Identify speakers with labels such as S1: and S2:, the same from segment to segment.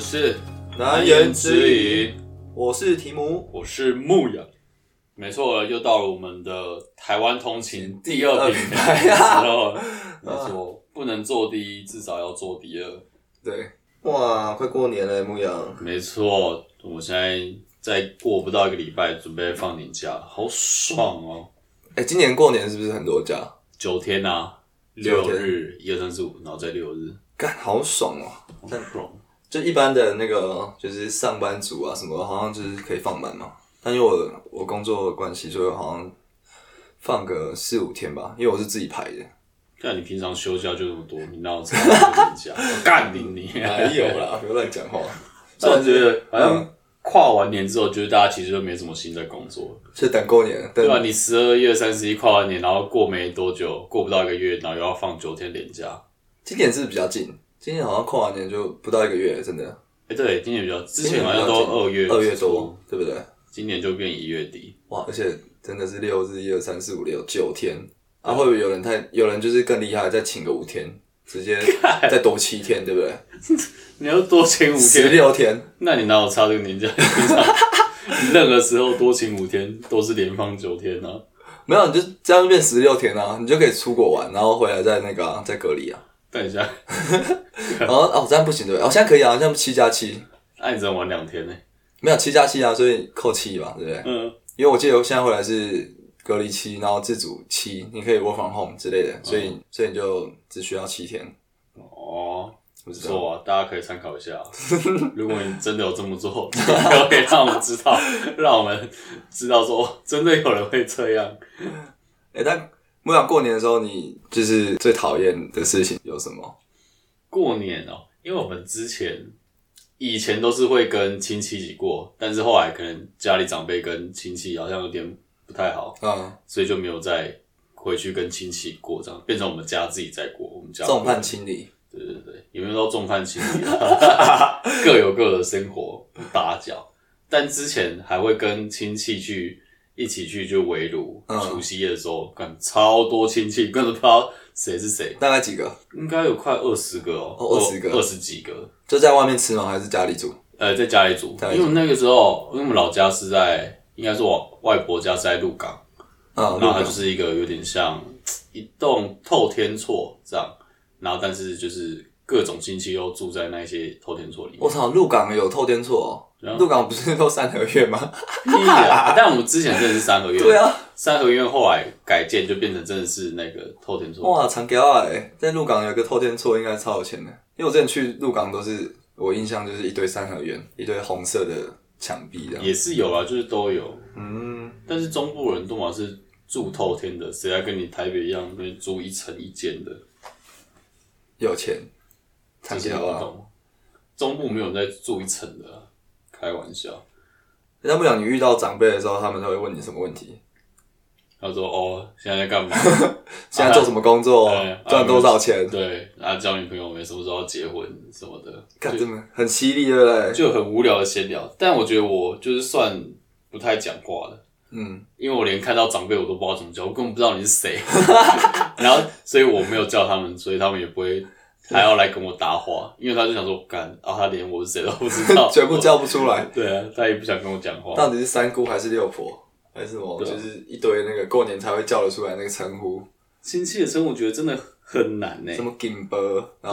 S1: 是
S2: 难言之隐，，我是提姆。
S1: 我是牧羊。没错，又到了我们的台湾通勤第二品 牌的时候了。没错，不能做第一，至少要做第二。
S2: 对，哇，快过年了，牧羊。
S1: 没错，我现在再过不到一个礼拜，准备放年假，好爽哦！
S2: 哎、今年过年是不是很多假？
S1: 九天啊，
S2: 九
S1: 六
S2: 天
S1: 日，一二三四五，然后再六日，
S2: 干，好爽哦、
S1: 好爽。
S2: 就一般的那个，就是上班族啊什么，好像就是可以放满嘛。但因为我我工作的关系，所以我好像放个四五天吧，因为我是自己排的。
S1: 看你平常休假就这么多，你哪有这么多年假？ 我干你你！
S2: 没有啊啦， 不要乱讲话。
S1: 所以我觉得好像跨完年之后，就是大家其实都没什么心在工作，
S2: 就等过年，等
S1: 对啊吧？你十二月三十一跨完年，然后过没多久，过不到一个月，然后又要放九天年假。
S2: 今年是不是比较近，今年好像跨完年就不到一个月，真的。
S1: 哎、对，今年比较，之前好像都二月
S2: 二月
S1: 初
S2: 多，，对不对？
S1: 今年就变一月底。
S2: 哇，而且真的是六日，一二三四五六九天，啊，会不会有人太有人就是更厉害，再请个五天，直接再多七天，对不对？
S1: 你要多请五
S2: 十
S1: 天，
S2: 六天，
S1: 那你哪有差这个年假？你 平常你任何时候多请五天，都是连放九天啊。
S2: 没有，你就这样变十六天啊，你就可以出国玩，然后回来再那个、啊、再隔离啊。
S1: 等一下，
S2: 然后哦，这样不行对不对？哦，现在可以啊，现在七加七，
S1: 那、啊你只能玩两天呢、
S2: 没有七加七啊，所以扣七嘛，对不对？
S1: 嗯，
S2: 因为我记得我现在回来是隔离期，然后自主期，你可以 work from home 之类的，所以、所以你就只需要七天，
S1: 哦，
S2: 不
S1: 不
S2: 知道。
S1: 错啊，大家可以参考一 下啊。如果你真的有这么做， 可以让我们知道， 让我们知道说，哦真的有人会这样。
S2: 哎、但我想过年的时候，你就是最讨厌的事情有什么？
S1: 过年哦、因为我们之前以前都是会跟亲戚一起过，但是后来可能家里长辈跟亲戚好像有点不太好，
S2: 嗯，
S1: 所以就没有再回去跟亲戚过，这样变成我们家自己在过。我们家
S2: 众叛亲离。
S1: 对对对，有没有到众叛亲离？啊 各有各的生活不打搅。但之前还会跟亲戚去一起去就围炉，
S2: 嗯
S1: 除夕夜的时候，干超多亲戚，根本不知道谁是谁，
S2: 大概几个？
S1: 应该有快二十个哦，
S2: 哦20个
S1: 二十几个。
S2: 就在外面吃吗？还是家里煮？
S1: 呃，在家里煮，
S2: 家里
S1: 因
S2: 煮
S1: 为我们那个时候，因为我们老家是在，应该是我外婆家是在鹿港，
S2: 嗯，
S1: 然后它
S2: 鹿
S1: 就
S2: 港
S1: 是一个有点像一栋透天厝这样，然后但是就是各种亲戚都住在那些透天厝里面。
S2: 我操，鹿港有透天厝
S1: 对啊
S2: 哦。鹿港不是都三合院 吗？
S1: 屁啊但我们之前真的是三合院，
S2: 对，啊，
S1: 三合院后来改建就变成真的是那个透天厝，
S2: 哇，长条哎，在鹿港有个透天厝，应该超有钱的。因为我之前去鹿港都是，我印象就是一堆三合院，一堆红色的墙壁这样。
S1: 也是有啊，就是都有。
S2: 嗯，
S1: 但是中部人都嘛是住透天的，谁还跟你台北一样，那住一层一间的？
S2: 有钱，长
S1: 就是
S2: 条
S1: 不
S2: 啊。
S1: 懂，中部没有人在住一层的啊、开玩笑。
S2: 那不讲你遇到长辈的时候，他们都会问你什么问题？
S1: 他说：“哦，现在在干嘛？
S2: 现在做什么工作
S1: 哎哎？
S2: 赚多少钱？
S1: 对，然后交女朋友没什么时候要结婚什么的，
S2: 看，真的很犀利，对不对？
S1: 就很无聊的闲聊。但我觉得我就是算不太讲话的，
S2: 嗯，，
S1: 因为我连看到长辈我都不知道怎么叫，我根本不知道你是谁。然后，所以我没有叫他们，所以他们也不会还要来跟我搭话，因为他就想说干，然后他连我是谁都不知道
S2: 全部。叫不出来，
S1: 对啊，他也不想跟我讲话。
S2: 到底是三姑还是六婆，还是什么？
S1: 对啊
S2: 就是一堆那个过年才会叫得出来那个称呼，
S1: 亲戚的生活，我觉得真的很难欸呢、
S2: 什么金伯，然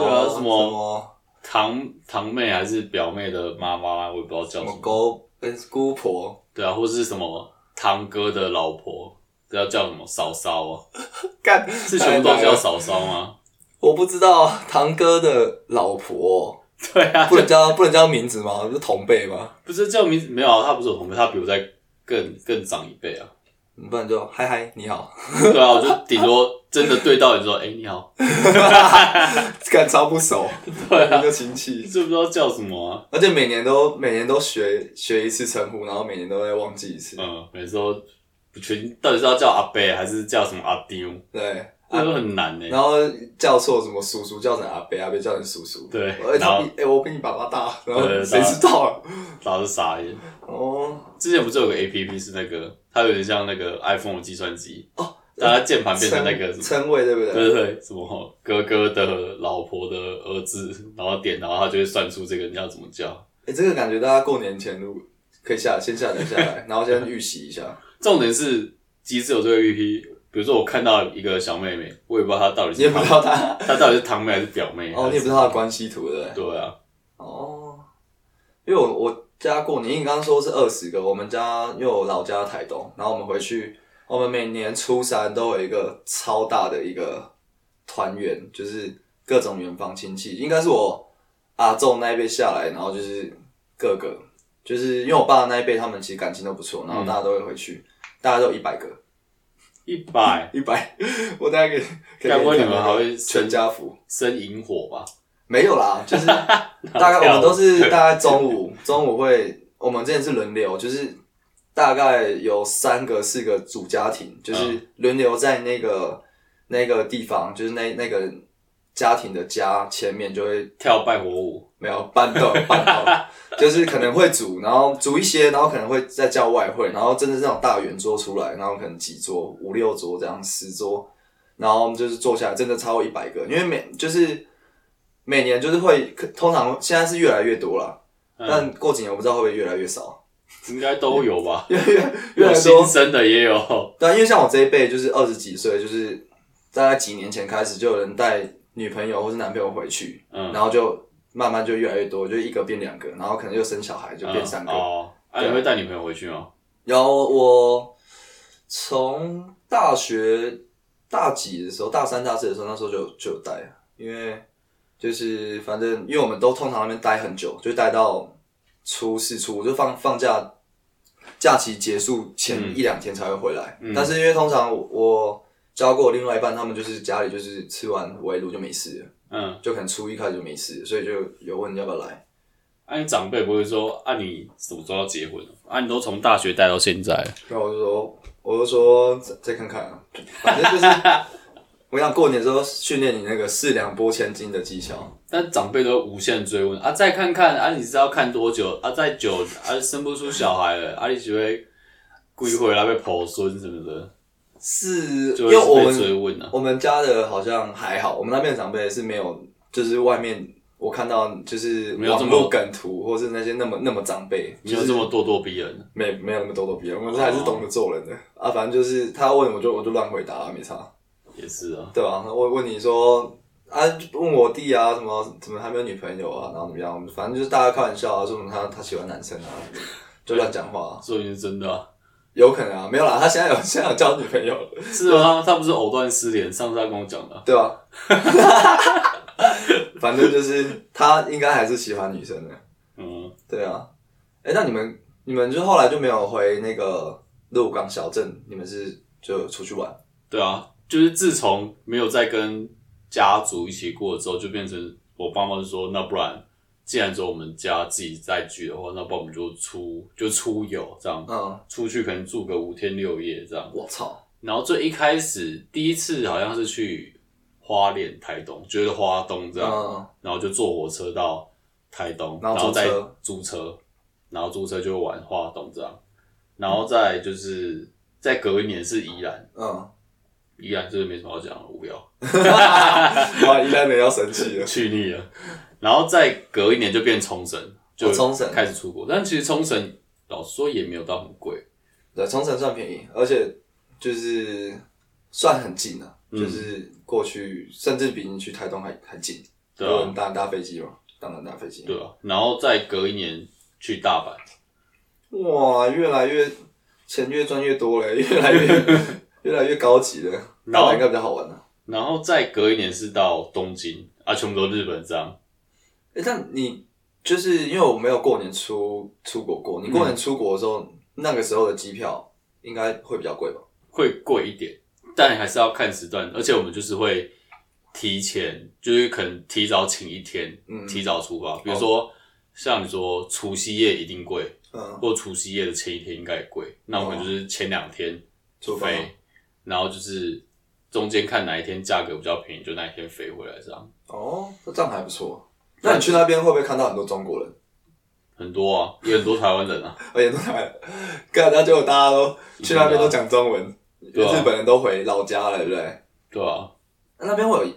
S1: 哎对啊
S2: 后
S1: 什么
S2: 什么
S1: 堂堂妹还是表妹的妈妈，我也不知道叫
S2: 什
S1: 什
S2: 么
S1: 么。
S2: 姑，哎姑婆，
S1: 对啊，或是什么堂哥的老婆，这要叫什么嫂嫂啊？
S2: 干
S1: 是全部都叫嫂嫂吗？
S2: 我不知道堂哥的老婆，
S1: 对啊，
S2: 不能叫不能叫名字吗？不是同辈吗？
S1: 不是叫名字没有啊，他不是我同辈，他比我在更更长一辈啊。
S2: 不然就嗨嗨你好，
S1: 对啊，我就顶多真的对到你说，哎、你好，
S2: 干超不熟，
S1: 对啊
S2: 一，个亲戚
S1: 你，知不知道叫什么啊？
S2: 而且每年都每年都学学一次称呼，然后每年都会忘记一次，
S1: 嗯，每次都不确定到底是要叫阿贝还是叫什么阿丢，
S2: 对。
S1: 这都很难呢、欸
S2: 然后叫错什么叔叔叫成阿伯，阿伯叫成叔叔。
S1: 对
S2: 哎、
S1: 然
S2: 他
S1: 后
S2: 比哎、我比你爸爸大，然后
S1: 对
S2: 谁知道啊？
S1: 老是傻眼。
S2: 哦
S1: 之前不是有个 A P P 是那个，它有点像那个 iPhone 的计算机，
S2: 哦，
S1: 大家键盘变成那个什
S2: 称
S1: 么？
S2: 称谓对不对？
S1: 对对对，什么哥哥的老婆的儿子，然后点，然后他就会算出这个你要怎么叫。
S2: 哎、这个感觉大家过年前录可以下先下载下来，然后先预习一下。
S1: 重点是即使有这个 APP，比如说我看到一个小妹妹，我也不知道她到底
S2: 你也
S1: 是
S2: 不
S1: 堂
S2: 知道他
S1: 她到底是堂妹还是表妹。
S2: 哦，你也不知道他的关系图对不对
S1: 还？是。对啊，
S2: 哦，因为我我家过年，因为你刚刚说是二十个，我们家因为我老家在台东，然后我们回去，我们每年初三都有一个超大的一个团圆，就是各种远房亲戚，应该是我阿昼那一辈下来，然后就是各个，就是因为我爸那一辈他们其实感情都不错，然后大家都会回去，大家都一百个，
S1: 一百
S2: 一百，我大概可以可以
S1: 该不会
S2: 给
S1: 你们
S2: 看
S1: 还
S2: 那个
S1: 会
S2: 全家福。
S1: 生萤火吧？
S2: 没有啦，就是大概我们都是大概中午， 中午会，我们之前是轮流，就是大概有三个四个主家庭，就是轮流在那个那个地方，就是那那个家庭的家前面就会
S1: 跳拜火舞，
S2: 没有搬豆 搬豆，就是可能会煮，然后煮一些，然后可能会再叫外汇，然后真的是那种大圆桌出来，然后可能几桌五六桌这样十桌，然后我们就是坐下来，真的超过一百个，因为每就是每年就是会，可通常现在是越来越多了，
S1: 嗯，
S2: 但过几年我不知道会不会越来越少，
S1: 应该都有吧？
S2: 越越 越来
S1: 有
S2: 越
S1: 新
S2: 多。
S1: 生的也有，
S2: 对啊，因为像我这一辈就是二十几岁，就是大概几年前开始就有人带女朋友或是男朋友回去，
S1: 嗯，
S2: 然后就慢慢就越来越多，就一个变两个，然后可能又生小孩就变三个。
S1: 嗯哦，啊，
S2: 对
S1: 你
S2: 啊
S1: 会带女朋友回去吗？
S2: 然后我呃从大学大几的时候，大三大四的时候，那时候就就有待，因为就是反正因为我们都通常那边待很久，就待到初四初五，就放放假假期结束前
S1: 嗯
S2: 一两天才会回来。
S1: 嗯
S2: 但是因为通常我我交过另外一半，他们就是家里就是吃完围炉就没事了，
S1: 嗯，
S2: 就可能初一开始就没事了，所以就有问要不要来。
S1: 啊，你长辈不会说啊，你什么时候要结婚？啊，你都从大学带到现在了，
S2: 然后我就说，我就说再再看看啊，反正就是，我想过年的时候训练你那个四两拨千斤的技巧。
S1: 但长辈都会无限追问啊，再看看啊，你是要看多久啊？再久啊，生不出小孩了，啊，你只会故意回来被婆孙什么的，
S2: 是，因
S1: 就
S2: 为我
S1: 会被追
S2: 们
S1: 问啊。
S2: 我们家的好像还好，我们那边的长辈是没有，就是外面我看到就是
S1: 没有这
S2: 网
S1: 么
S2: 络梗图或是那些那么那么长辈，
S1: 你有这么咄咄逼人，
S2: 没没有那么咄咄逼人，我们还是懂得做人的、啊。反正就是他问我就我就乱回答，啊没差。
S1: 也是啊，
S2: 对吧、那我问你说啊，问我弟啊，什么怎么还没有女朋友啊，然后怎么样？反正就是大家开玩笑啊，说什么他他喜欢男生啊，就乱讲话啊、
S1: 说明是真的 啊，
S2: 有可能啊，没有啦，他现在有现在有交女朋友了，
S1: 是吗？他不是藕断丝连，上次他跟我讲的啊，
S2: 对吧、 反正就是他应该还是喜欢女生的，
S1: 嗯，
S2: 对啊。哎、那你们你们就后来就没有回那个鹿港小镇，你们是就出去玩？
S1: 对啊，就是自从没有再跟家族一起过之后，就变成我爸妈就说，那不然既然只有我们家自己在聚的话，那不然我们就出就出游这样，
S2: 嗯，
S1: 出去可能住个五天六夜这样。
S2: 我操，
S1: 然后最一开始第一次好像是去花莲、台东，就是花东这样，
S2: 嗯，
S1: 然后就坐火车到台东，
S2: 然
S1: 然
S2: 后租
S1: 再
S2: 车
S1: 租车，然后租车就玩花东这样，然后再就是再隔一年是宜兰，
S2: 嗯，
S1: 宜兰就是没什么好讲了，无聊，
S2: 哇，宜兰人要生气了，
S1: 去腻了，然后再隔一年就变冲绳，就
S2: 哦冲绳
S1: 开始出国，但其实冲绳老实说也没有到很贵，
S2: 对，冲绳算便宜，而且就是算很近啊，
S1: 嗯
S2: 就是过去甚至比你去台东还还近。
S1: 对
S2: 如
S1: 啊
S2: 果，你搭搭飞机嘛，当然搭飞机。
S1: 对啊，然后再隔一年去大阪。
S2: 哇，越来越钱越赚越多了，越来越越来越高级了。大阪应该比较好玩啊。
S1: 然后再隔一年是到东京啊，全部都日本这样。
S2: 哎、但你就是因为我没有过年出出国过，你过
S1: 嗯
S2: 年出国的时候，那个时候的机票应该会比较贵吧？
S1: 会贵一点，但还是要看时段，而且我们就是会提前，就是可能提早请一天，
S2: 嗯
S1: 提早出发。比如说、像你说除夕夜一定贵，
S2: 嗯，
S1: 或除夕夜的前一天应该也贵，那我们就是前两天
S2: 哦出发
S1: 飞，然后就是中间看哪一天价格比较便宜，就那一天飞回来这样。
S2: 哦，那这样还不错。那你去那边会不会看到很多中国人？
S1: 很多
S2: 哎
S1: 啊，也很多台湾人啊，
S2: 而且都台湾，干，那结果大家都去那边都讲中文，
S1: 对啊
S2: 日本人都回老家了，对不对？
S1: 对啊，
S2: 那边会有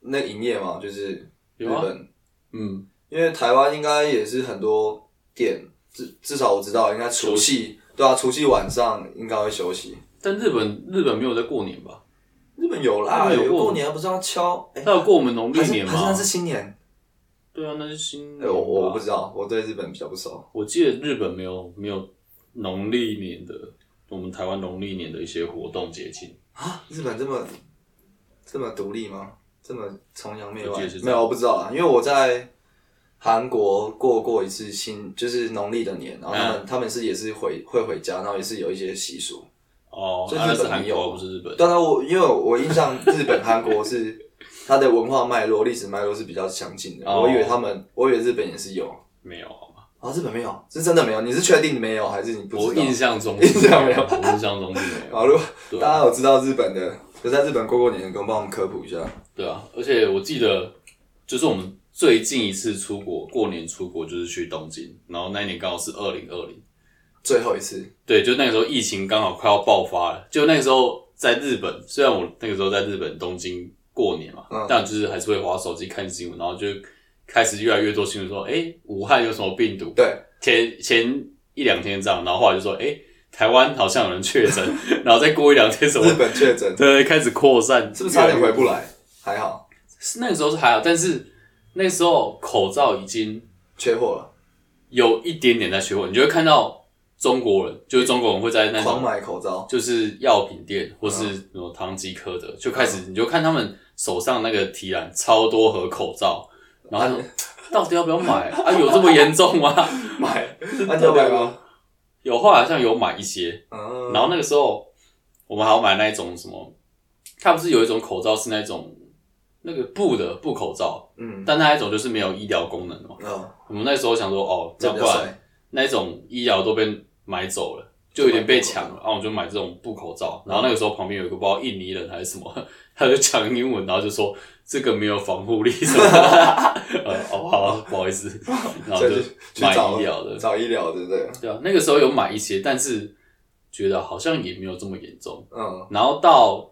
S2: 那营业吗？就是日
S1: 有啊
S2: 本，
S1: 嗯，
S2: 因为台湾应该也是很多店，至至少我知道，应该除夕对啊，除夕晚上应该会休息。
S1: 但日本日本没有在过年吧？
S2: 日本有啦，
S1: 日本有
S2: 有
S1: 过
S2: 过年不是要敲？哎、
S1: 他有过我们农历
S2: 还是
S1: 年
S2: 还是
S1: 吗
S2: 那？是新年？
S1: 对啊，那是新
S2: 哎、
S1: 年吧。
S2: 我我不知道，我对日本比较不熟。
S1: 我记得日本没有没有农历年的，我们台湾农历年的一些活动节庆，
S2: 啊，日本这么这么独立吗？这么崇洋媚
S1: 我
S2: 外
S1: 记得是？这样
S2: 没有，我不知道啦，因为我在韩国过过一次新，就是农历的年，然后他
S1: 嗯
S2: 们、他们是也是回会回家，然后也是有一些习俗。
S1: 哦，
S2: 所以
S1: 啊那
S2: 日本
S1: 是韩
S2: 没有啊
S1: 国，
S2: 吗
S1: 不是日本。
S2: 当然我，因为我印象日本、韩国是它的文化脉络、历史脉络是比较相近的。
S1: 哦
S2: 我以为他们，我以为日本也是有
S1: 没有好吗？
S2: 啊，日本没有，是真的没有？你是确定没有，还是你不
S1: 我
S2: 知道
S1: 印？象中
S2: 印象没有哦
S1: 我印象中是没有。
S2: 好，如果
S1: 对啊
S2: 大家有知道日本的，就在日本过过年，的，跟我帮我们科普一下。
S1: 对啊，而且我记得，就是我们最近一次出国过年出国就是去东京，然后那一年刚好是二零二零，
S2: 最后一次，
S1: 对，就那个时候疫情刚好快要爆发了，就那个时候在日本，虽然我那个时候在日本东京过年嘛，
S2: 嗯
S1: 但就是还是会划手机看新闻，然后就开始越来越多新闻说，哎、武汉有什么病毒，
S2: 对，
S1: 前前一两天这样，然后后来就说，哎、台湾好像有人确诊， 然后再过一两天什
S2: 日
S1: 么，
S2: 本确诊
S1: 对，开始扩散，
S2: 是不是差点回不
S1: 来？
S2: 来？还好，
S1: 是那个时候是还好，但是那时候口罩已经
S2: 缺货了，
S1: 有一点点在缺货，你就会看到中国人，就是中国人会在那
S2: 狂
S1: 种
S2: 买口罩。
S1: 就是药品
S2: 嗯
S1: 店或是什么唐吉诃德，就开始你就看他们手上那个提篮超多盒口罩，然后他
S2: 哎
S1: 说 到底要不要买啊？有这么严重吗？
S2: 买，那你有买啊吗？
S1: 有后来好像有买一些，
S2: 嗯，
S1: 然后那个时候我们还要买那一种什么，它不是有一种口罩是那种那个布的布口罩，
S2: 嗯，
S1: 但那一种就是没有医疗功能的嘛。
S2: 哦，
S1: 我们那时候想说，哦，
S2: 这
S1: 要
S2: 比
S1: 不
S2: 较
S1: 然
S2: 帅，
S1: 那种医疗都被买走了，就有点被抢了，然啊后我就买这种布口罩。然后那个时候旁边有一个不知道印尼人还是什么，他就讲英文，然后就说这个没有防护力什么 的。呃，哦，好，不好意思，然后
S2: 所
S1: 就
S2: 以去
S1: 买
S2: 找
S1: 医疗的。
S2: 找医疗的，对，
S1: 对啊，那个时候有买一些，但是觉得好像也没有这么严重。
S2: 嗯，
S1: 然后到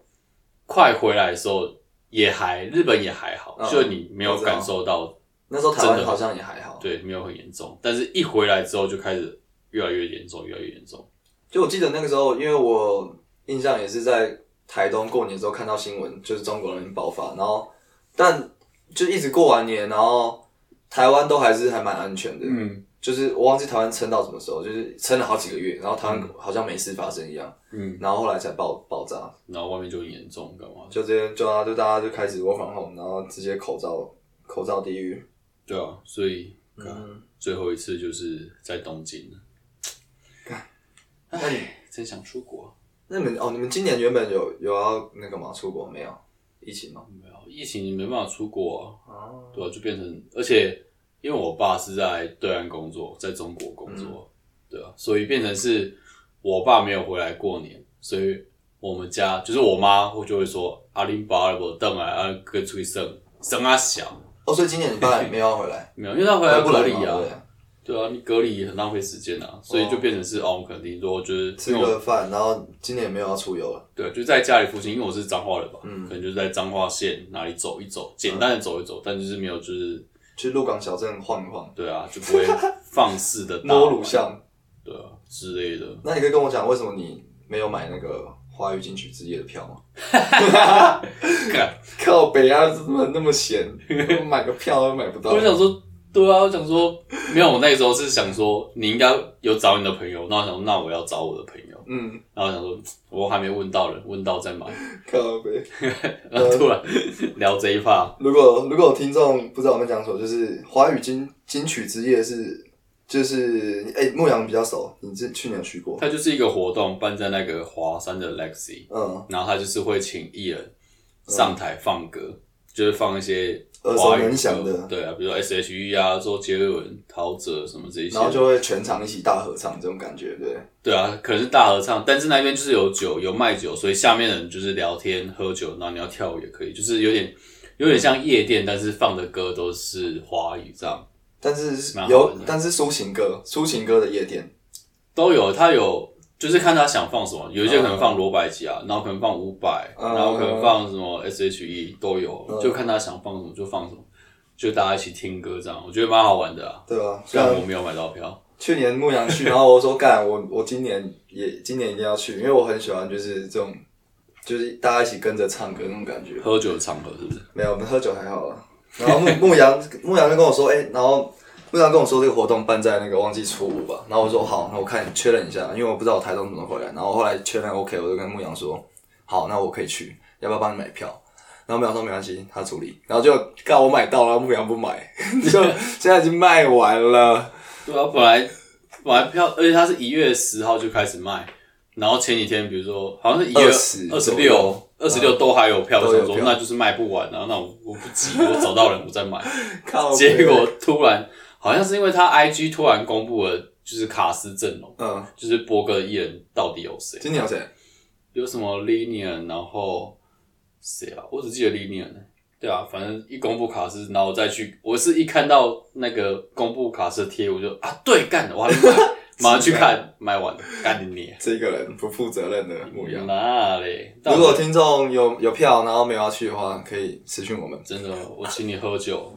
S1: 快回来的时候，也还日本也还好，
S2: 嗯
S1: 就你没有
S2: 我知道
S1: 感受到
S2: 那时候台湾
S1: 真的
S2: 好像也还好，
S1: 对，没有很严重，但是一回来之后就开始越来越严重，越来越严重。
S2: 就我记得那个时候，因为我印象也是在台东过年的时候看到新闻，就是中国人爆发，然后但就一直过完年，然后台湾都还是还蛮安全的，
S1: 嗯
S2: 就是我忘记台湾撑到什么时候，就是撑了好几个月，然后台湾好像没事发生一样，
S1: 嗯，
S2: 然后后来才爆爆炸，
S1: 然后外面就很严重，干嘛？
S2: 就这些就啊就大家就开始 work from home，然后直接口罩口罩地狱，
S1: 对啊，所以、干
S2: 嗯，
S1: 最后一次就是在东京了。
S2: 那你
S1: 真想出国，啊
S2: 那你们哦，你们今年原本有有要那个嘛出国没有？疫情吗？
S1: 没有疫情没办法出国、
S2: 哦
S1: 啊，，对啊，就变成，而且因为我爸是在对岸工作，在中国工
S2: 嗯
S1: 作，对啊，所以变成是我爸没有回来过年，所以我们家就是我妈会就会说阿林巴尔伯邓啊，阿跟出去生生啊小，
S2: 哦，所以今年你爸也没有要回来。
S1: 没有，因为他回来隔离啊，
S2: 对
S1: 对啊，你隔离很浪费时间啊，所以就变成是哦，我可能顶多就是
S2: 吃
S1: 因为我
S2: 个饭，然后今年也没有要出游了。
S1: 对，啊就在家里附近，因为我是彰化人吧，
S2: 嗯
S1: 可能就是在彰化县哪里走一走，简单的走一走，但就是没有就是
S2: 去鹿港小镇晃一晃，
S1: 对啊，就不会放肆的大
S2: 摸乳
S1: 玩
S2: 巷。
S1: 对啊之类 的，
S2: 那你可以跟我讲，为什么你没有买那个花语金曲之夜的票吗？
S1: 干
S2: 靠北啊，怎么那么 闲？买个票都买不到
S1: 我。就想说，对啊，我想说没有，我那时候是想说你应该有找你的朋友，那我想说那我要找我的朋友，
S2: 嗯，
S1: 然后我想说我还没问到人，问到再买，
S2: 靠北。
S1: 然
S2: 呃
S1: 后突然聊这一趴，
S2: 如果如果有听众不知道我们讲什么，就是华语金金曲之夜是。就是哎、牧羊比较熟，你是去年有去过？
S1: 它就是一个活动办在那个华山的 Lexi，
S2: 嗯，
S1: 然后他就是会请艺人上台放歌，就是放一些
S2: 耳熟
S1: 华语
S2: 能
S1: 歌
S2: 详的
S1: 对啊，比如说 S.H.E 啊、周杰伦、陶喆什么这一些
S2: 然，后就会全场一起大合唱这种感觉，对。
S1: 对啊，可能是大合唱，但是那边就是有酒有卖酒，所以下面的人就是聊天喝酒，然后你要跳舞也可以，就是有点有点像夜店，但是放的歌都是华语这样
S2: 但是
S1: 蛮好
S2: 有
S1: 玩的，
S2: 但是抒情歌，抒情歌的夜店，
S1: 都有，它有就是看他想放什么，有一些可能放罗百吉啊，然后可能放伍佰，
S2: 嗯
S1: 然后可能放什么 S.H.E 都有，就看他想放什么就放什么，就大家一起听歌这样，我觉得蛮好玩的啊。
S2: 对吧？
S1: 虽然
S2: 像
S1: 我没有买到票，
S2: 去年牧羊 去，然后我说干，我我今年也今年一定要去，因为我很喜欢就是这种，就是大家一起跟着唱歌那种感觉。
S1: 喝酒的场合是不是？
S2: 没有，我们喝酒还好啊。然后 牧牧羊牧羊就跟我说，哎、然后牧羊跟我说这个活动办在那个忘记初五吧。然后我说好，那我看确认一下，因为我不知道我台东怎么回来。然后后来确认 OK，我就跟牧羊说，好，那我可以去，要不要帮你买票？然后牧羊说没关系，他处理。然后就刚我买到了，牧羊不买， 就现在已经卖完了。
S1: 对啊，本来 本来票，而且它是一月十号就开始卖，然后前几天比如说好像是一月
S2: 20
S1: 二十
S2: 左右
S1: 六、二十六都还有票，
S2: 都
S1: 我
S2: 有
S1: 想说
S2: 票
S1: 那就是卖不完啊，那我我不急，我找到人我再买。
S2: 靠北
S1: 结果突然好像是因为他 IG 突然公布了就是卡斯阵容，
S2: 嗯，
S1: 就是播歌的艺人到底有谁，
S2: 今年有谁？
S1: 有什么 Linian，然后谁啊？我只记得 Linian 欸。对啊，反正一公布卡斯，然后我再去，我是一看到那个公布卡斯的贴，我就啊，对，干的，我 还没买，
S2: 啊
S1: 马上去看，买完了，干你娘！
S2: 这个人不负责任的牧羊。
S1: 那嘞，但
S2: 啊如
S1: 我
S2: 果听众有有票，然后没有要去的话，可以私讯我们。
S1: 真的，我请你喝酒，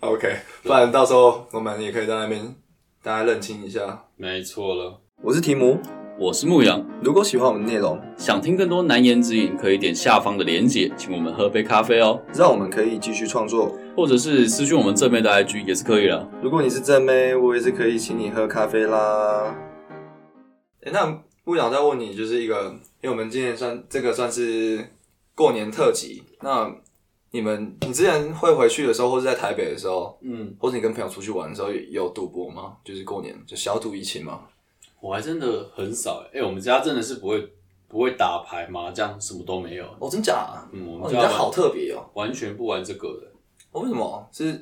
S2: OK，不然到时候我们也可以在那边大家认清一下。
S1: 没错了。
S2: 我是提姆，
S1: 我是牧羊，
S2: 如果喜欢我们的内容，
S1: 想听更多难言之隐，可以点下方的连结，请我们喝杯咖啡哦，
S2: 让我们可以继续创作。
S1: 或者是私讯我们正面的 IG 也是可以的。
S2: 如果你是正妹，我也是可以请你喝咖啡啦。哎、那不想再问你，就是一个，因为我们今年算这个算是过年特辑。那你们，你之前会回去的时候，或是在台北的时候，
S1: 嗯，
S2: 或是你跟朋友出去玩的时候，有赌博吗？就是过年就小赌怡情吗？
S1: 我还真的很少哎、欸我们家真的是不会不会打牌麻将，什么都没有。
S2: 哦，真假、
S1: 嗯，我
S2: 哦，
S1: 们
S2: 你
S1: 家
S2: 家
S1: 完、
S2: 好特别哦。
S1: 完全不玩这个的。
S2: 哦，为什么？是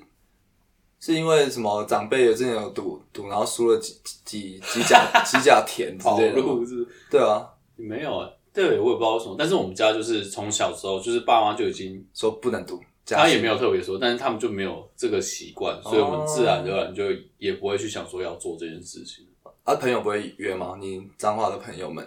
S2: 是因为什么？长辈有之前有赌赌，然后输了几几几甲 几甲田之
S1: 跑
S2: 类的吗。
S1: 路是
S2: 对啊，
S1: 没有哎、欸对，我也不知道为什么。但是我们家就是从小时候，就是爸妈就已经，
S2: 说不能赌，假
S1: 他也
S2: 期
S1: 没有特别说，但是他们就没有这个习惯，所以我们自然而然就也不会去想说要做这件事情。
S2: 啊，朋友不会约吗？你彰化的朋友们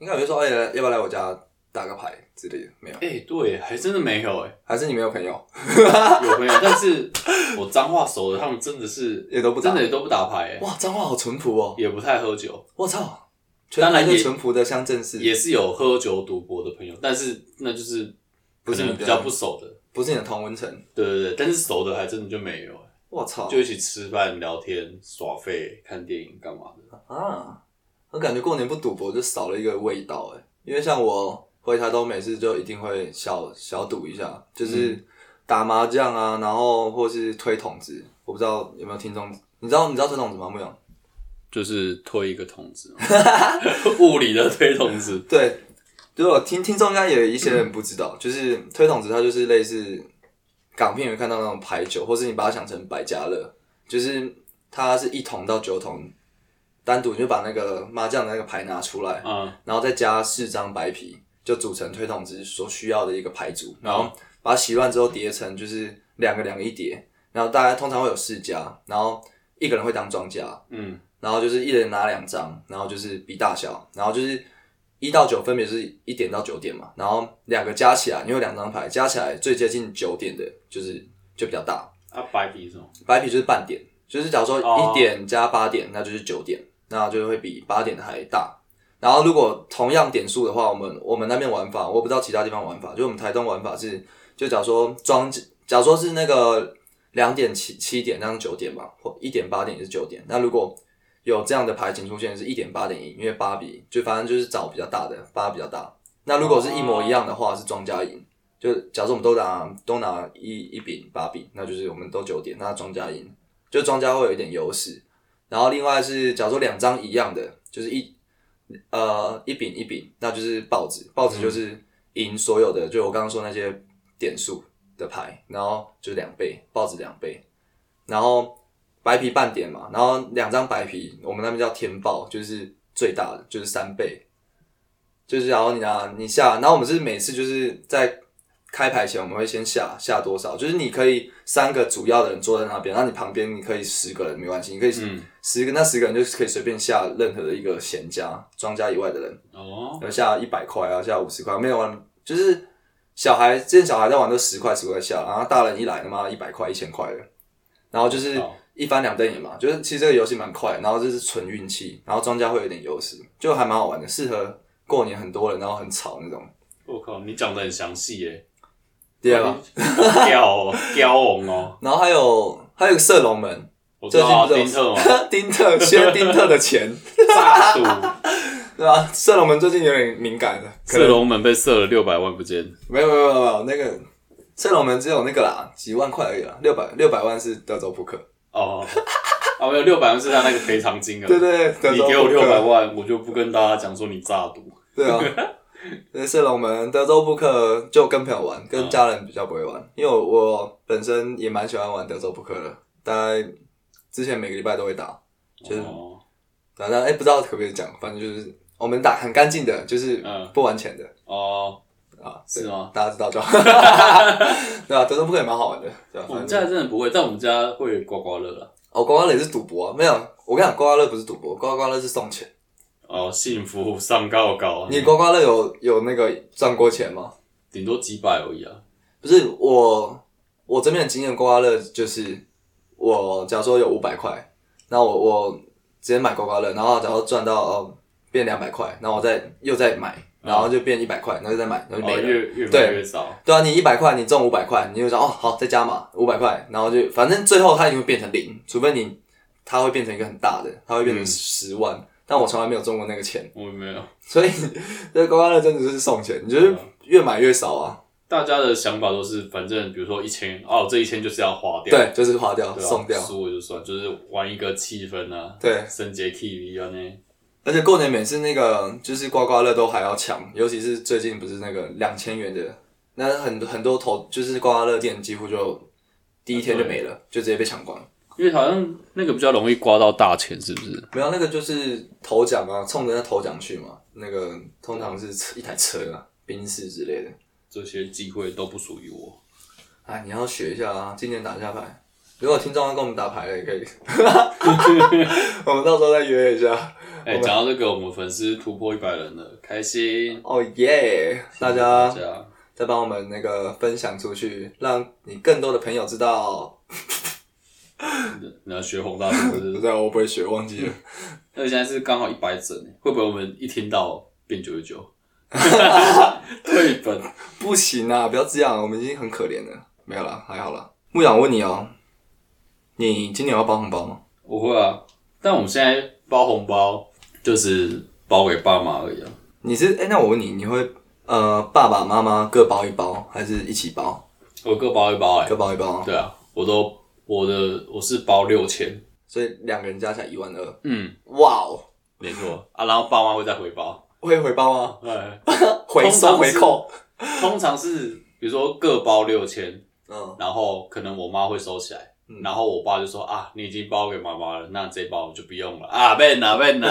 S2: 应该有会说，哎、来要不要来我家打个牌之类的？没有，
S1: 哎、对，还真的没有哎、
S2: 还是你没有朋友
S1: 欸有没有？但是我脏话熟的，他们真的是
S2: 也都不打
S1: 真的也都不打牌哎、欸
S2: 哇，彰化好淳朴哦！
S1: 也不太喝酒。
S2: 我操，
S1: 当然
S2: 全台最
S1: 也
S2: 淳朴的乡镇市，
S1: 也是有喝酒赌博的朋友，但是那就是
S2: 不是
S1: 可
S2: 你
S1: 能比较不熟的，
S2: 不是你的同温层。
S1: 对对对，但是熟的还真的就没有、欸
S2: 我操，
S1: 就一起吃饭、聊天、耍废、看电影干嘛的。
S2: 啊，我感觉过年不赌博就少了一个味道哎，因为像我回台东每次就一定会小小赌一下，就是打麻将啊，然后或是推筒子，我不知道有没有听众，你知道你知道推筒子吗？没有。
S1: 就是推一个筒子， 物理的推筒子。
S2: 对，就是我听听众应该也有一些人不知道，就是推筒子它就是类似港片有看到那种牌九，或是你把它想成百家乐，就是它是一筒到九筒，单独你就把那个麻将的那个牌拿出来，
S1: 嗯，
S2: 然后再加四张白皮，就组成推筒子所需要的一个牌组，然后把它洗乱之后叠成就是两个两个一叠，然后大家通常会有四家，然后一个人会当庄家，
S1: 嗯，
S2: 然后就是一人拿两张，然后就是比大小，然后就是一到九分别是一点到九点嘛，然后两个加起来，你有两张牌加起来最接近九点的，就是就比较大，
S1: 啊，白皮是什么？
S2: 白皮就是半点，就是假如说
S1: 哦
S2: 一点加八点，那就是九点，那就会比八点的还大。然后如果同样点数的话，我们我们那边玩法，我不知道其他地方玩法，就我们台东玩法是，就假如说庄，假如说是那个两点七七点，那样九点吧，或一点八点也是九点。那如果有这样的牌型出现，是一点八点赢，因为八比就反正就是找比较大的，八比较大。那如果是一模一样的话，是庄家赢。就假设我们都拿都拿一一饼八饼，那就是我们都九点，那庄家赢，就庄家会有一点优势。然后另外是，假如说两张一样的，就是一呃一饼一饼，那就是报纸，报纸就是赢所有的，就我刚刚说那些点数的牌，然后就是两倍，报纸两倍，然后白皮半点嘛，然后两张白皮，我们那边叫天报，就是最大的，就是三倍，就是然后你拿你下，然后我们是每次就是在开牌前我们会先下下多少，就是你可以三个主要的人坐在那边，那你旁边你可以十个人没关系，你可以
S1: 嗯
S2: 十个、那十个人就是可以随便下任何的一个闲家庄家以外的人，
S1: 哦，
S2: 要下一百块啊，下五十块，没有玩就是小孩之前小孩在玩都十块十块下，然后大人一来他妈一百块一千块的，然后就是
S1: 哦
S2: 一翻两瞪眼嘛，就是其实这个游戏蛮快，然后就是纯运气，然后庄家会有点优势，就还蛮好玩的，适合过年很多人然后很吵那种。
S1: 我靠，你讲的很详细耶，
S2: 对啊，
S1: 好屌哦， 雕龙哦，
S2: 然后还有还有一个射龙门，
S1: 我知
S2: 最
S1: 道啊
S2: 近不
S1: 丁
S2: 是
S1: 特
S2: 有
S1: 嘛，
S2: 丁特削丁特的钱，
S1: 炸赌，
S2: 对吧、射龙门最近有点敏 感了，可能
S1: 射龙门被射了六百万不见，
S2: 没有没有没有没有那个射龙门只有那个啦，几万块而已啦，六百六百万是德州扑克。
S1: 哦，啊没有六百万是他那个赔偿金额，啊
S2: 对对，对，
S1: 你给我
S2: 德州
S1: 六
S2: 扑克
S1: 百，万，我就不跟大家讲说你诈赌。
S2: 对啊。对，射龙门、德州扑克就跟朋友
S1: 啊
S2: 玩，跟家人比较不会玩，因为我我本身也蛮喜欢玩德州扑克的，大概之前每个礼拜都会打，就是
S1: 哦，
S2: 反正哎不知道可不可以讲，反正就是我们打很干净的，就是
S1: 嗯
S2: 不玩钱的、
S1: 哦，
S2: 啊，对
S1: 是吗？
S2: 大家知道就 好，对啊，德州扑克也蛮好玩的，对吧、啊
S1: 我
S2: 反
S1: 们
S2: 正
S1: 家真的不会，但我们家会刮刮乐啦。
S2: 哦，刮刮乐也是赌博啊，没有，我跟你讲，刮刮乐不是赌博，刮刮乐是送钱。
S1: 哦，幸福上高高，
S2: 你刮刮乐有有那个赚过钱吗？
S1: 顶多几百而已啊。
S2: 不是我，我这边的经验刮刮乐就是，我假如说有五百块，那我我直接买刮刮乐，然后假如说赚到哦变两百块，然后我再又再买，然后就变一百块，然后又再买，然后就
S1: 嗯哦，
S2: 没了。
S1: 越越买
S2: 对
S1: 越少。
S2: 对啊，你一百块你中五百块，你就想哦好再加码五百块，然后就反正最后它一定会变成零，除非你它会变成一个很大的，它会变成
S1: 嗯
S2: 十万，但我从来没有中过那个钱，
S1: 我没有，
S2: 所以这刮刮乐真的就是送钱，你
S1: 啊
S2: 就是越买越少啊。
S1: 大家的想法都是，反正比如说一千，哦，这一千就是要花掉，
S2: 对，就是花掉
S1: 对啊吧
S2: 送掉。
S1: 输了就算，就是玩一个气氛啊，
S2: 对，
S1: 升级气氛啊呢。
S2: 而且过年每次那个就是刮刮乐都还要抢，尤其是最近不是那个两千元的，那很很多头就是刮刮乐店几乎就第一天就没了，就直接被抢光了。
S1: 因为好像那个比较容易刮到大钱，是不是？
S2: 没有啊那个就是头奖啊，冲着那头奖去嘛。那个通常是车一台车啊，宾士之类的。
S1: 这些机会都不属于我。
S2: 哎，你要学一下啊，今年打一下牌。如果有听众要跟我们打牌的，也可以， 我们到时候再约一下。
S1: 哎、讲到这个，我们粉丝突破一百人了，开心！
S2: 哦耶！大家
S1: 大家
S2: 再帮我们那个分享出去，让你更多的朋友知道。
S1: 你要学宏大是不
S2: 不
S1: 是？
S2: 对，我不会学，忘记了。
S1: 那现在是刚好一百整，欸会不会我们一听到变九十 九？退本
S2: 不行啊，不要这样，我们已经很可怜了。没有啦，还好啦。牧羊，我问你哦，你今年有要包红包吗？
S1: 我会啊，但我们现在包红包就是包给爸妈而已啊。
S2: 你是哎、那我问你，你会呃爸爸妈妈各包一包，还是一起包？
S1: 我各包一包哎、
S2: 各包一包，
S1: 对啊，我都我的我是包六千，
S2: 所以两个人加起来一万二。
S1: 嗯，
S2: 哇哦，
S1: 没错啊，然后爸妈会再回包，
S2: 会回包吗？
S1: 哎，
S2: 回收
S1: 通常
S2: 回
S1: 是
S2: 扣。
S1: 通常是比如说各包六千，
S2: 嗯，
S1: 然后可能我妈会收起来，
S2: 嗯
S1: 然后我爸就说啊，你已经包给妈妈了，那这包我就不用了啊， 被拿被拿，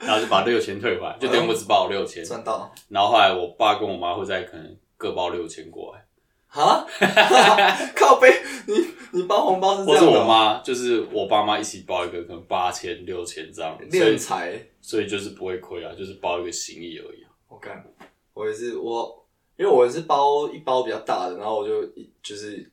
S1: 然后就把六千退回来，就等于我只包六千。
S2: 赚到。
S1: 然后后来我爸跟我妈会再可能各包六千过来，
S2: 哈，靠背，你你包红包是这
S1: 或
S2: 样
S1: 是
S2: 的、哦
S1: 我？妈就是我爸妈一起包一个可能八千六千这样，所
S2: 练
S1: 以
S2: 财。
S1: 所以就是不会亏啊，就是包一个心意而已啊。
S2: 我干，我也是我，因为我是包一包比较大的，然后我就一就是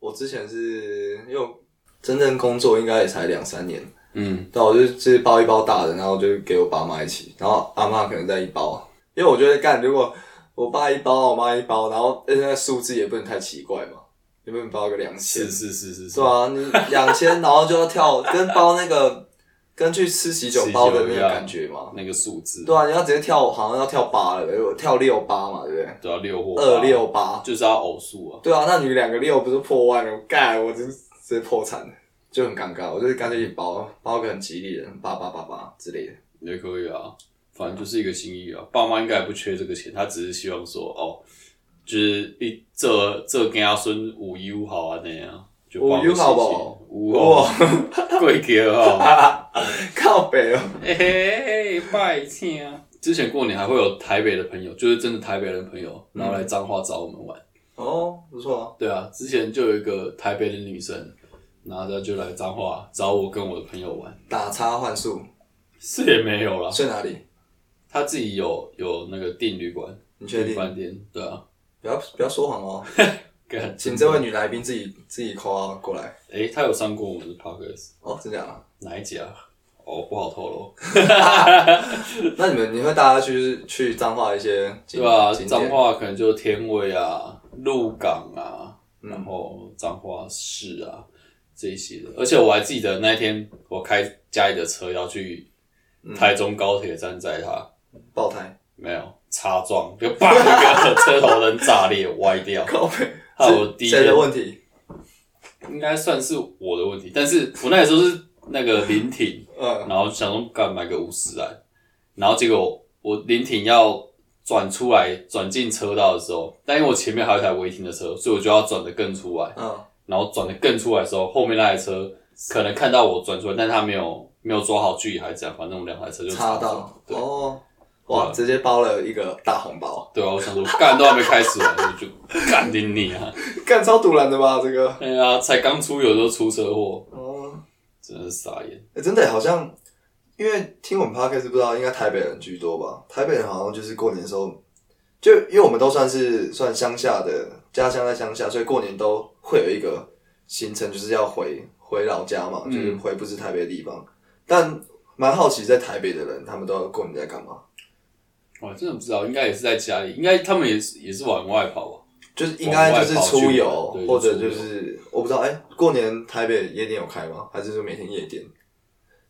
S2: 我之前是因为我真正工作应该也才两三年，
S1: 嗯，
S2: 啊但我就就是包一包大的，然后就给我爸妈一起，然后阿妈可能再一包，啊因为我觉得干如果我爸一包，我妈一包，然后而且那个数字也不能太奇怪嘛，你不能包个两
S1: 是，
S2: 千
S1: 嗯是是是是
S2: 对，啊，你两千然后就要跳跟包那个跟去吃喜酒包的
S1: 喜
S2: 那
S1: 酒一
S2: 个
S1: 样
S2: 感觉嘛，
S1: 那个数字，
S2: 对啊，你要直接跳，好像要跳八了，我跳六八嘛，对不对？
S1: 对啊，六或八
S2: 二六八，
S1: 就是要偶数啊。
S2: 对啊，那你们两个六不是破万了？我干，我真是直接破产了，就很尴尬。我就是干脆一包包个很吉利的，八八八八之类的。
S1: 也可以啊，反正就是一个心意啊。爸妈应该也不缺这个钱，他只是希望说，哦，就是一这这跟他孙五优好啊那样，就帮
S2: 有好不好
S1: 五好，贵哥啊，
S2: 靠北哦，
S1: 嘿嘿，拜
S2: 嗯
S1: 请啊。之前过年还会有台北的朋友，就是真的台北人朋友，然后来彰化找我们玩，
S2: 哦，不错啊。
S1: 对啊，之前就有一个台北的女生，然后她就来彰化找我跟我的朋友玩，
S2: 打叉换宿
S1: 是也没有啦，
S2: 睡哪里？
S1: 她自己有有那个订旅馆、
S2: 你确
S1: 订
S2: 定？
S1: 饭店，对啊，
S2: 不要不要说谎哦，
S1: 干
S2: 请这位女来宾自己自己 call 过来。
S1: 诶、她有上过我们的 podcast
S2: 哦，真假的？
S1: 哪一集啊？哦，不好透露，
S2: 那你们你会带她去去彰化一些景
S1: 对吧、
S2: 景
S1: 彰
S2: 点？
S1: 化可能就天卫啊、鹿港啊，
S2: 嗯
S1: 然后彰化市啊这一些的。而且我还记得那天我开家里的车要去
S2: 嗯
S1: 台中高铁站载她。
S2: 爆胎，
S1: 没有擦撞，就把那个车头灯炸裂歪掉，
S2: 靠背，
S1: 还有
S2: 是
S1: 第一
S2: 谁的
S1: 天
S2: 问题？
S1: 应该算是我的问题。但是我那时候是那个临停，
S2: 嗯，
S1: 然后想说干买个五十来，然后结果我临停要转出来转进车道的时候，但因为我前面还有一台违停的车，所以我就要转的更出来，
S2: 嗯，
S1: 然后转的更出来的时候，后面那台车可能看到我转出来，但他没有没有抓好距离还是怎样，反正我们两台车就
S2: 插
S1: 擦撞
S2: 到。
S1: 对啊
S2: 哦，哇，直接包了一个大红包，
S1: 对啊，我想说干都还没开始玩，我就干定你啊！
S2: 干超突然的吧？这个，
S1: 对啊，才刚出游就出车祸，
S2: 哦，
S1: 真的是傻眼。
S2: 欸真的好像，因为听我们 podcast 不知道，应该台北人居多吧？台北人好像就是过年的时候，就因为我们都算是算乡下的，家乡在乡下，所以过年都会有一个行程，就是要回回老家嘛，
S1: 嗯
S2: 就是回不是台北的地方。但蛮好奇，在台北的人，他们都过年在干嘛？
S1: 我真的不知道，应该也是在家里，应该他们也是也是往外跑吧。
S2: 就是应该就是出
S1: 往外
S2: 游
S1: 跑去玩对，
S2: 或者
S1: 就
S2: 就
S1: 出游
S2: 是我不知道，哎、过年台北夜店有开吗？还是说每天夜店，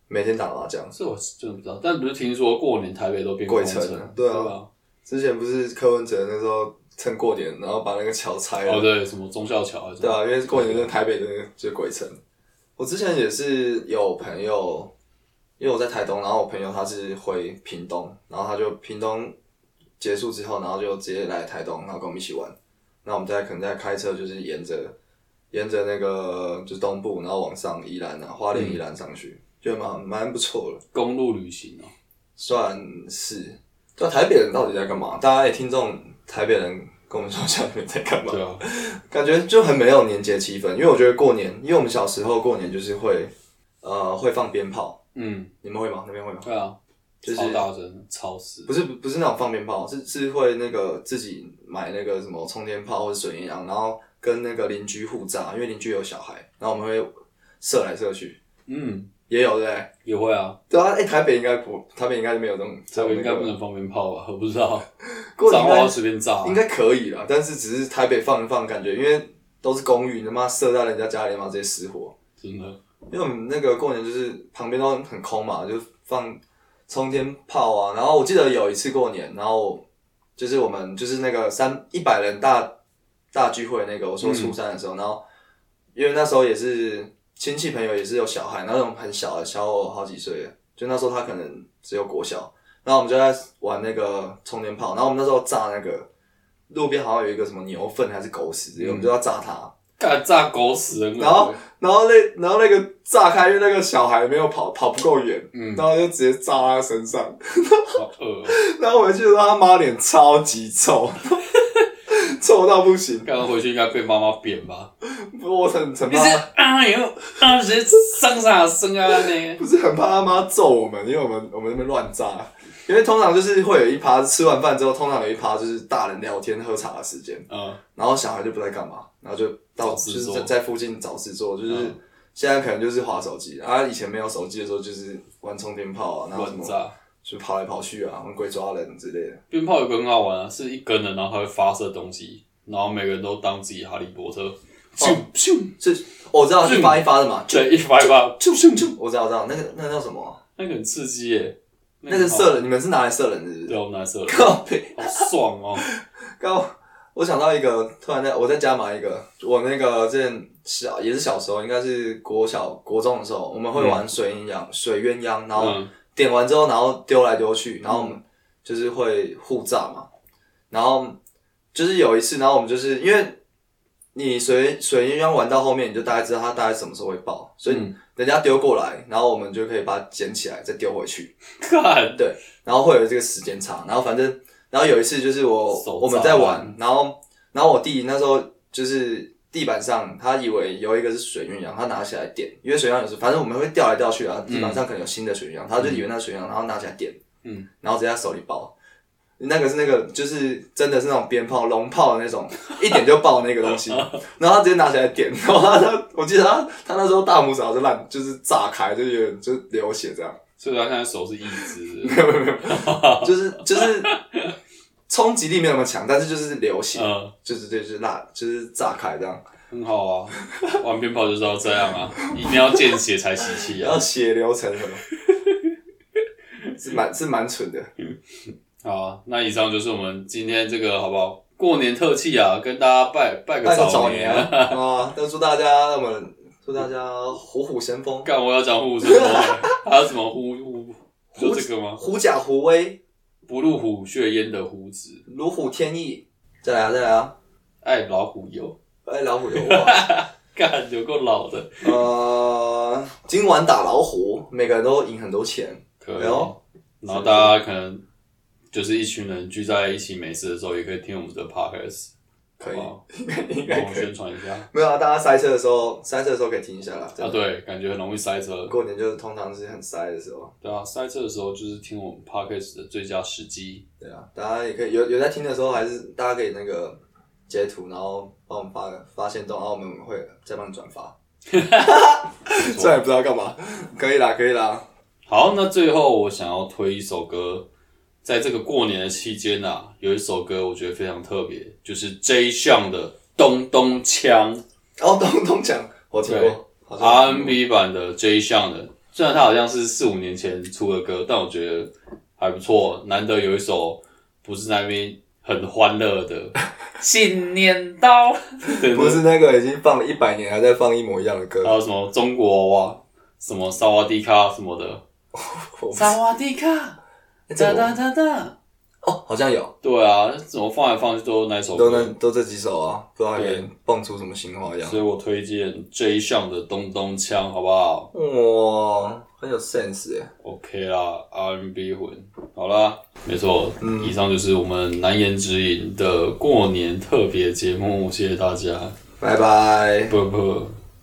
S2: 每天打麻将？
S1: 这我是真的不知道，但不是听说过年台北都变
S2: 鬼
S1: 城
S2: 城啊
S1: 对
S2: 对啊
S1: 吧？
S2: 之前不是柯文哲那时候趁过年，然后把那个桥拆了，
S1: 哦，对，什么忠孝桥还是什
S2: 对
S1: 么？
S2: 啊，因为过年跟台北的那个就是鬼城。我之前也是有朋友，因为我在台东，然后我朋友他是回屏东，然后他就屏东结束之后，然后就直接来台东，然后跟我们一起玩。那我们在可能在开车，就是沿着沿着那个就是东部，然后往上宜兰啊，花莲宜兰上去，就蛮蛮不错的。
S1: 公路旅行哦、
S2: 算是，就台北人到底在干嘛？大家也哎听众台北人跟我们说一下你们在干嘛？
S1: 对啊，
S2: 感觉就很没有年节气氛，因为我觉得过年，因为我们小时候过年就是会，呃，会放鞭炮，
S1: 嗯，
S2: 你们会吗？那边会吗？
S1: 对啊，
S2: 就是
S1: 超大声，超市
S2: 不是不是那种放鞭炮，是是会那个自己买那个什么冲天炮或者水烟枪，然后跟那个邻居互炸，因为邻居有小孩，然后我们会射来射去，
S1: 嗯，
S2: 也有对不对？
S1: 也会啊，
S2: 对啊，哎、台北应该不，台北应该没有这种，
S1: 台北应该
S2: 这
S1: 不
S2: 种
S1: 能放鞭炮吧？我不知道，
S2: 过年
S1: 彰
S2: 应该
S1: 化随便炸啊、
S2: 应该可以啦，但是只是台北放一放，感觉因为都是公寓，你他妈射在人家家里嘛，直接失火。
S1: 真的
S2: 因为我们那个过年就是旁边都很空嘛，就放冲天炮啊。然后我记得有一次过年，然后就是我们就是那个三一百人大大聚会那个，我说初三的时候，然后因为那时候也是亲戚朋友也是有小孩，那种很小的，小我好几岁，就那时候他可能只有国小，然后我们就在玩那个冲天炮，然后我们那时候炸那个路边好像有一个什么牛粪还是狗屎之类的，我们就要炸它。
S1: 干炸狗屎人
S2: 然后
S1: 恶心，
S2: 然后那然后那个炸开，因为那个小孩没有跑跑不够远，
S1: 嗯
S2: 然后就直接炸他身上。
S1: 好恶哦、
S2: 然后回去的时候，他妈脸超级臭， 臭到不行。
S1: 刚刚回去应该被妈妈扁吧？
S2: 我很很
S1: 你是
S2: 怕，
S1: 啊哟啊，直接上啥生啊呢？
S2: 不是很怕他妈揍我们，因为我们我们那边乱炸。因为通常就是会有一趴吃完饭之后，通常有一趴就是大人聊天喝茶的时间，
S1: 嗯，
S2: 然后小孩就不知道干嘛，然后就
S1: 找
S2: 到就
S1: 事
S2: 是
S1: 做
S2: 在在附近找事做，就是
S1: 嗯
S2: 现在可能就是划手机，啊以前没有手机的时候就是玩充电炮啊，然后什
S1: 乱
S2: 么
S1: 炸。
S2: 就跑来跑去啊，玩鬼抓人之类的。
S1: 鞭炮有个很好玩啊，是一根的，然后它会发射东西，然后每个人都当自己哈利波特，咻咻，
S2: 是，哦我知道一发一发的嘛，
S1: 对，一发一发，咻咻咻，
S2: 我知道，我知道，那个那个叫什么啊、
S1: 那个很刺激耶，
S2: 那
S1: 个嗯
S2: 个射人，你们是拿来射人是不
S1: 对，
S2: 是？
S1: 我们拿射了，
S2: 靠北，
S1: 好爽 哦，
S2: 靠！我想到一个，突然在我在家买一个，我那个之前小也是小时候，应该是国小国中的时候，我们会玩水鸳鸯、水鸳鸯，然后
S1: 嗯，
S2: 点完之后，然后丢来丢去，然后我们就是会互炸嘛。然后就是有一次，然后我们就是因为你水水鸳鸯玩到后面，你就大概知道它大概什么时候会爆，所以
S1: 嗯
S2: 人家丢过来，然后我们就可以把它捡起来再丢回去，
S1: 看，
S2: 然后会有这个时间差。然后反正，然后有一次就是我
S1: 手
S2: 我们在
S1: 炸
S2: 玩，然后然后我弟那时候就是地板上，他以为有一个是水鸳鸯，他拿起来点，因为水鸳鸯有时反正我们会掉来掉去啊，地板上可能有新的水鸳鸯，他就以为那是水鸳鸯，然后拿起来点，
S1: 嗯，
S2: 然后直接在手里爆。那个是那个，就是真的是那种鞭炮、龙炮的那种，一点就爆的那个 东西。然后他直接拿起来点，然后他他，我记得他他那时候大拇指好像烂，就是炸开，就有点就流血这样。
S1: 所以他现在手是一只，
S2: 就是就是冲击力没有那么强，但是就是流血，
S1: 嗯，
S2: 就是对，就是辣，就是炸开这样，
S1: 很好啊，玩鞭炮就是要这样啊，一定要见血才喜气
S2: 然后
S1: 啊。
S2: 血流成河， 是蛮是蛮蠢的。
S1: 好啊，那以上就是我们今天这个好不好？过年特气啊，跟大家拜拜个
S2: 拜个
S1: 早
S2: 早年啊！ 啊，那祝大家我们祝大家虎虎生风，
S1: 干，我要讲虎生风了， 还有什么虎虎？就这个吗？
S2: 虎甲虎威，
S1: 不入虎穴焉得虎子，
S2: 如虎添翼。再来啊，再来啊！
S1: 爱老虎油。
S2: 哎，老虎有 我。
S1: 干，有够老的。
S2: 呃，今晚打老虎，每个人都赢很多钱。
S1: 可以
S2: 哎呦。
S1: 然后大家可能就是一群人聚在一起没事的时候，也可以听我们的 podcast，
S2: 可以
S1: 好不，好
S2: 应该
S1: 帮我
S2: 可以。
S1: 宣传一下。
S2: 没有啊，大家塞车的时候，塞车的时候可以听一下啦。真
S1: 啊，
S2: 的
S1: 对，感觉很容易塞车。
S2: 过年就是通常是很塞的时候，
S1: 对啊，塞车的时候就是听我们 podcast 的最佳时机。
S2: 对啊，大家也可以有有在听的时候，还是大家可以那个截图，然后帮我们发个发现动，然后我们会再帮你转 发。虽然也不知道干嘛，可以啦，可以啦。
S1: 好，那最后我想要推一首歌，在这个过年的期间啊，有一首歌我觉得非常特别，就是 J 项的《咚咚锵》
S2: 然后咚咚锵，我听
S1: 对啊
S2: 过，好像有听过
S1: R&B 版的 J 项的，虽然它好像是四五年前出的歌，但我觉得还不错，难得有一首不是那边很欢乐 的新年到， 对
S2: 不是那个已经放了一百年，还在放一模一样的歌。
S1: 还有什么中国娃，什么萨瓦迪卡什么的，
S2: 我不
S1: 萨瓦迪卡，
S2: 哎这个我
S1: 哒哒。
S2: 哦，好像有，
S1: 对啊，怎么放来放去都是那首
S2: 都
S1: 歌
S2: 那，都这几首啊，不知道有
S1: 对
S2: 点蹦出什么新花样。
S1: 所以我推荐 J 项的《咚咚锵》，好不好
S2: 哇，很有 sense 哎。
S1: ？OK 啦，R&B 魂，好啦，没错，
S2: 嗯
S1: 以上就是我们难言之隐的过年特别节目，谢谢大家，
S2: 拜拜。
S1: 不不。